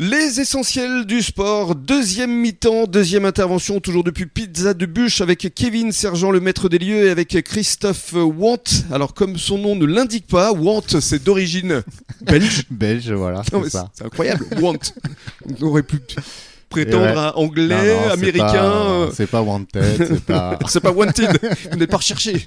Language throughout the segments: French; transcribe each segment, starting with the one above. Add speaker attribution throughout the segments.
Speaker 1: Les essentiels du sport, deuxième mi-temps, deuxième intervention, toujours depuis Pizza de Bûche avec Kevin Sergent, le maître des lieux, et avec Christophe Want. Alors, comme son nom ne l'indique pas, Want, c'est d'origine belge.
Speaker 2: Belge, voilà.
Speaker 1: Non, mais
Speaker 2: C'est ça.
Speaker 1: C'est incroyable, Want. On aurait pu prétendre
Speaker 2: Et ouais.
Speaker 1: à anglais,
Speaker 2: Non, non, c'est
Speaker 1: américain.
Speaker 2: pas-
Speaker 1: euh,
Speaker 2: C'est pas Wanted, c'est pas.
Speaker 1: c'est pas wanted, vous n'êtes pas recherché.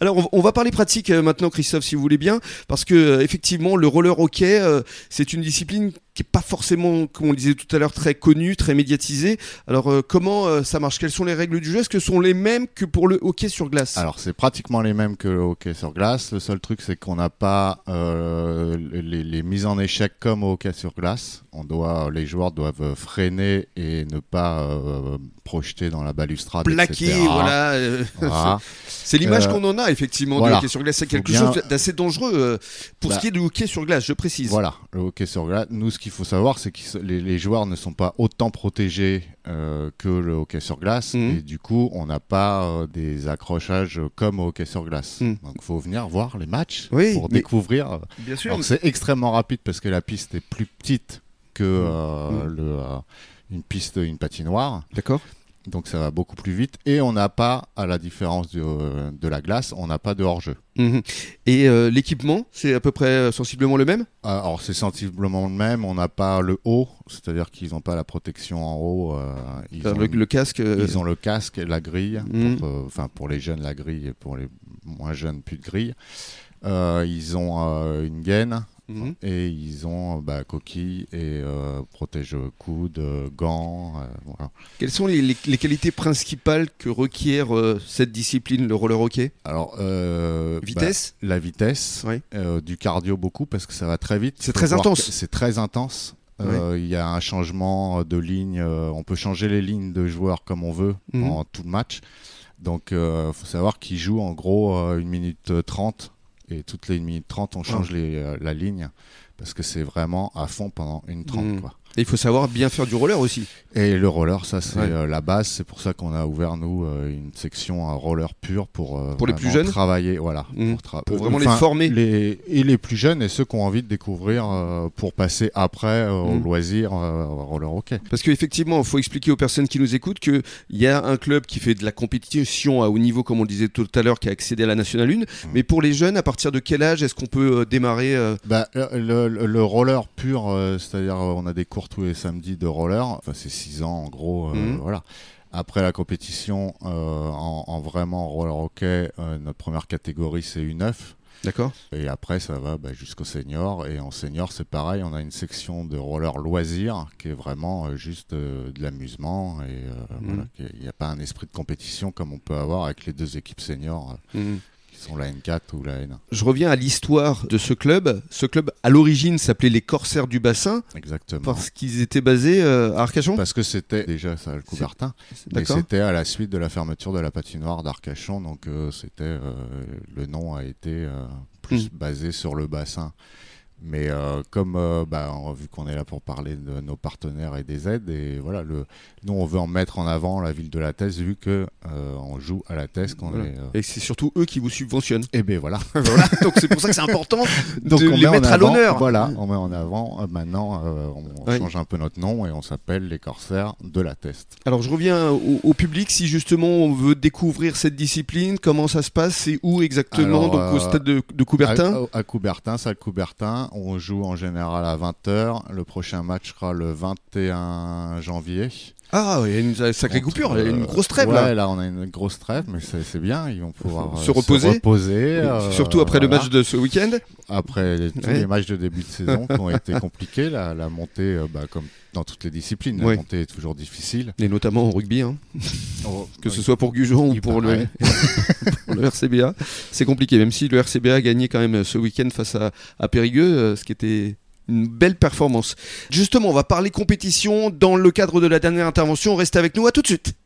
Speaker 1: Alors on, on va parler pratique euh, maintenant Christophe si vous voulez bien, parce que euh, effectivement le roller hockey euh, c'est une discipline qui n'est pas forcément, comme on le disait tout à l'heure, très connue, très médiatisée. Alors euh, comment euh, ça marche Quelles sont les règles du jeu Est-ce que sont les mêmes que pour le hockey sur glace
Speaker 2: Alors, c'est pratiquement les mêmes que le hockey sur glace. Le seul truc, c'est qu'on n'a pas euh, les, les mises en échec comme au hockey sur glace. On doit, les joueurs doivent freiner et ne pas euh, projeter dans la balustrade.
Speaker 1: Plaqué,
Speaker 2: etc.
Speaker 1: voilà. euh,
Speaker 2: Voilà.
Speaker 1: C'est l'image
Speaker 2: Euh,
Speaker 1: qu'on en a effectivement
Speaker 2: voilà.
Speaker 1: du hockey sur glace. C'est
Speaker 2: Faut
Speaker 1: quelque
Speaker 2: bien-
Speaker 1: chose d'assez dangereux euh, pour ce
Speaker 2: Bah.
Speaker 1: qui est du hockey sur glace, je précise.
Speaker 2: Voilà, le hockey sur glace. Nous, ce qu'il faut savoir, c'est que se- les, les joueurs ne sont pas autant protégés euh, que le hockey sur glace.
Speaker 1: Mhm.
Speaker 2: Et du coup, on n'a pas euh, des accrochages comme au hockey sur glace.
Speaker 1: Mhm.
Speaker 2: Donc, il faut venir voir les matchs
Speaker 1: Oui,
Speaker 2: pour
Speaker 1: mais-
Speaker 2: découvrir.
Speaker 1: Bien sûr.
Speaker 2: Alors, c'est extrêmement rapide parce que la piste est plus petite que euh,
Speaker 1: Mhm.
Speaker 2: le, euh, une piste, une patinoire.
Speaker 1: D'accord.
Speaker 2: Donc, ça va beaucoup plus vite. Et on n'a pas, à la différence du, euh, de la glace, on n'a pas de hors-jeu.
Speaker 1: Mhm. Et euh, l'équipement, c'est à peu près euh, sensiblement le même
Speaker 2: Ah, Alors c'est sensiblement le même, on n'a pas le haut, c'est-à-dire qu'ils n'ont pas la protection en haut, euh, ils,
Speaker 1: Euh,
Speaker 2: ont,
Speaker 1: le, le casque. euh,
Speaker 2: ils ont le casque, et la grille,
Speaker 1: Mhm.
Speaker 2: pour, euh, enfin pour les jeunes la grille et pour les moins jeunes plus de grille. Euh, ils ont euh, une gaine
Speaker 1: mhm.
Speaker 2: et ils ont euh, bah, coquille et euh, protège-coude, euh, gants. euh, voilà.
Speaker 1: Quelles sont les, les- les qualités principales que requiert euh, cette discipline, le roller hockey
Speaker 2: Alors euh, bah,
Speaker 1: Vitesse
Speaker 2: la vitesse,
Speaker 1: Oui.
Speaker 2: euh, du cardio beaucoup parce que ça va très vite.
Speaker 1: C'est
Speaker 2: Faut
Speaker 1: très
Speaker 2: voir
Speaker 1: intense.
Speaker 2: que C'est très intense. Euh, Il y a un changement de ligne. euh, on peut changer les lignes de joueurs comme on veut
Speaker 1: Mhm.
Speaker 2: en tout le match. Donc, euh, faut savoir qu'ils jouent en gros euh, une minute euh, 30 et toutes les 1 minute 30 on change les, euh, la ligne parce que c'est vraiment à fond pendant une 30
Speaker 1: Mhm.
Speaker 2: quoi.
Speaker 1: Et Il faut savoir bien faire du roller aussi.
Speaker 2: Et le roller, ça c'est
Speaker 1: Ouais.
Speaker 2: euh, la base. C'est pour ça qu'on a ouvert nous euh, une section euh, roller pure pour euh,
Speaker 1: Pour les
Speaker 2: vraiment
Speaker 1: plus jeunes
Speaker 2: travailler, voilà,
Speaker 1: Mhm.
Speaker 2: pour, tra-
Speaker 1: Pour
Speaker 2: euh,
Speaker 1: vraiment les
Speaker 2: enfin,
Speaker 1: former.
Speaker 2: les- et les plus jeunes et ceux qui ont envie de découvrir euh, pour passer après euh, au
Speaker 1: Mhm.
Speaker 2: loisir euh, au roller hockey.
Speaker 1: Parce qu'effectivement, il faut expliquer aux personnes qui nous écoutent qu'il y a un club qui fait de la compétition à haut niveau, comme on le disait tout à l'heure, qui a accédé à la Nationale 1. Mais pour les jeunes, à partir de quel âge est-ce qu'on peut euh, démarrer euh,
Speaker 2: Bah, le, le- le roller pur, euh, c'est-à-dire euh, on a des cours tous les samedis de roller, enfin c'est 6 ans en gros, euh,
Speaker 1: Mhm.
Speaker 2: voilà. Après la compétition euh, en, en vraiment roller hockey, euh, notre première catégorie c'est U9.
Speaker 1: D'accord
Speaker 2: Et après, ça va bah, jusqu'au senior. Et en senior, c'est pareil, on a une section de roller loisirs qui est vraiment euh, juste euh, de l'amusement. Et euh, voilà, qui- il n'y a pas un esprit de compétition comme on peut avoir avec les deux équipes seniors euh,
Speaker 1: Mhm.
Speaker 2: qui sont la N4 ou la N1.
Speaker 1: Je reviens à l'histoire de ce club. Ce club, à l'origine, s'appelait les Corsaires du Bassin
Speaker 2: Exactement.
Speaker 1: parce qu'ils étaient basés euh, à Arcachon.
Speaker 2: Parce que c'était déjà ça, le Coubertin. Et
Speaker 1: D'accord.
Speaker 2: c'était à la suite de la fermeture de la patinoire d'Arcachon. Donc, euh, c'était euh, le nom a été euh,
Speaker 1: Hmm.
Speaker 2: plus basé sur le bassin. Mais euh, comme euh, bah, on- vu qu'on est là pour parler de nos partenaires et des aides, et voilà, le, nous on veut en mettre en avant la ville de la Thèse vu que euh, on joue à la Thèse qu'on
Speaker 1: Voilà.
Speaker 2: est. euh,
Speaker 1: Et c'est surtout eux qui vous subventionnent.
Speaker 2: eh ben voilà.
Speaker 1: bah Voilà, donc c'est pour ça que c'est important
Speaker 2: Donc
Speaker 1: de
Speaker 2: on
Speaker 1: les
Speaker 2: met en
Speaker 1: mettre à
Speaker 2: avant-
Speaker 1: l'honneur.
Speaker 2: Voilà, on met en avant. euh, maintenant, euh, on
Speaker 1: Ouais.
Speaker 2: change un peu notre nom et on s'appelle les Corsaires de la Teste.
Speaker 1: Alors je reviens au, au public, si justement on veut découvrir cette discipline, comment ça se passe, c'est où exactement
Speaker 2: Alors,
Speaker 1: Donc au
Speaker 2: euh,
Speaker 1: stade de, de Coubertin
Speaker 2: À, à- à Coubertin, salle Coubertin. On joue en général à 20h. Le prochain match sera le 21 janvier.
Speaker 1: Ah, il y a une sacrée
Speaker 2: Contre,
Speaker 1: coupure, il y a une
Speaker 2: euh,
Speaker 1: grosse trêve
Speaker 2: ouais,
Speaker 1: là.
Speaker 2: on a une grosse trêve, mais c'est c'est bien. Ils vont pouvoir euh,
Speaker 1: Se reposer.
Speaker 2: reposer, euh,
Speaker 1: Surtout après le
Speaker 2: voilà.
Speaker 1: match de ce week-end.
Speaker 2: Après les- tous
Speaker 1: Ouais.
Speaker 2: les matchs de début de saison qui ont été compliqués. La, la montée, euh, bah, comme dans toutes les disciplines,
Speaker 1: Ouais.
Speaker 2: la montée est toujours difficile.
Speaker 1: Et notamment au rugby, hein. que ce
Speaker 2: Oui.
Speaker 1: soit pour Gujon ou
Speaker 2: Il
Speaker 1: pour le,
Speaker 2: paraît.
Speaker 1: pour le RCBA. C'est compliqué, même si le RCBA a gagné quand même euh, ce week-end face à, à Périgueux, euh, ce qui était une belle performance. Justement, on va parler compétition dans le cadre de la dernière intervention. Restez avec nous, à tout de suite.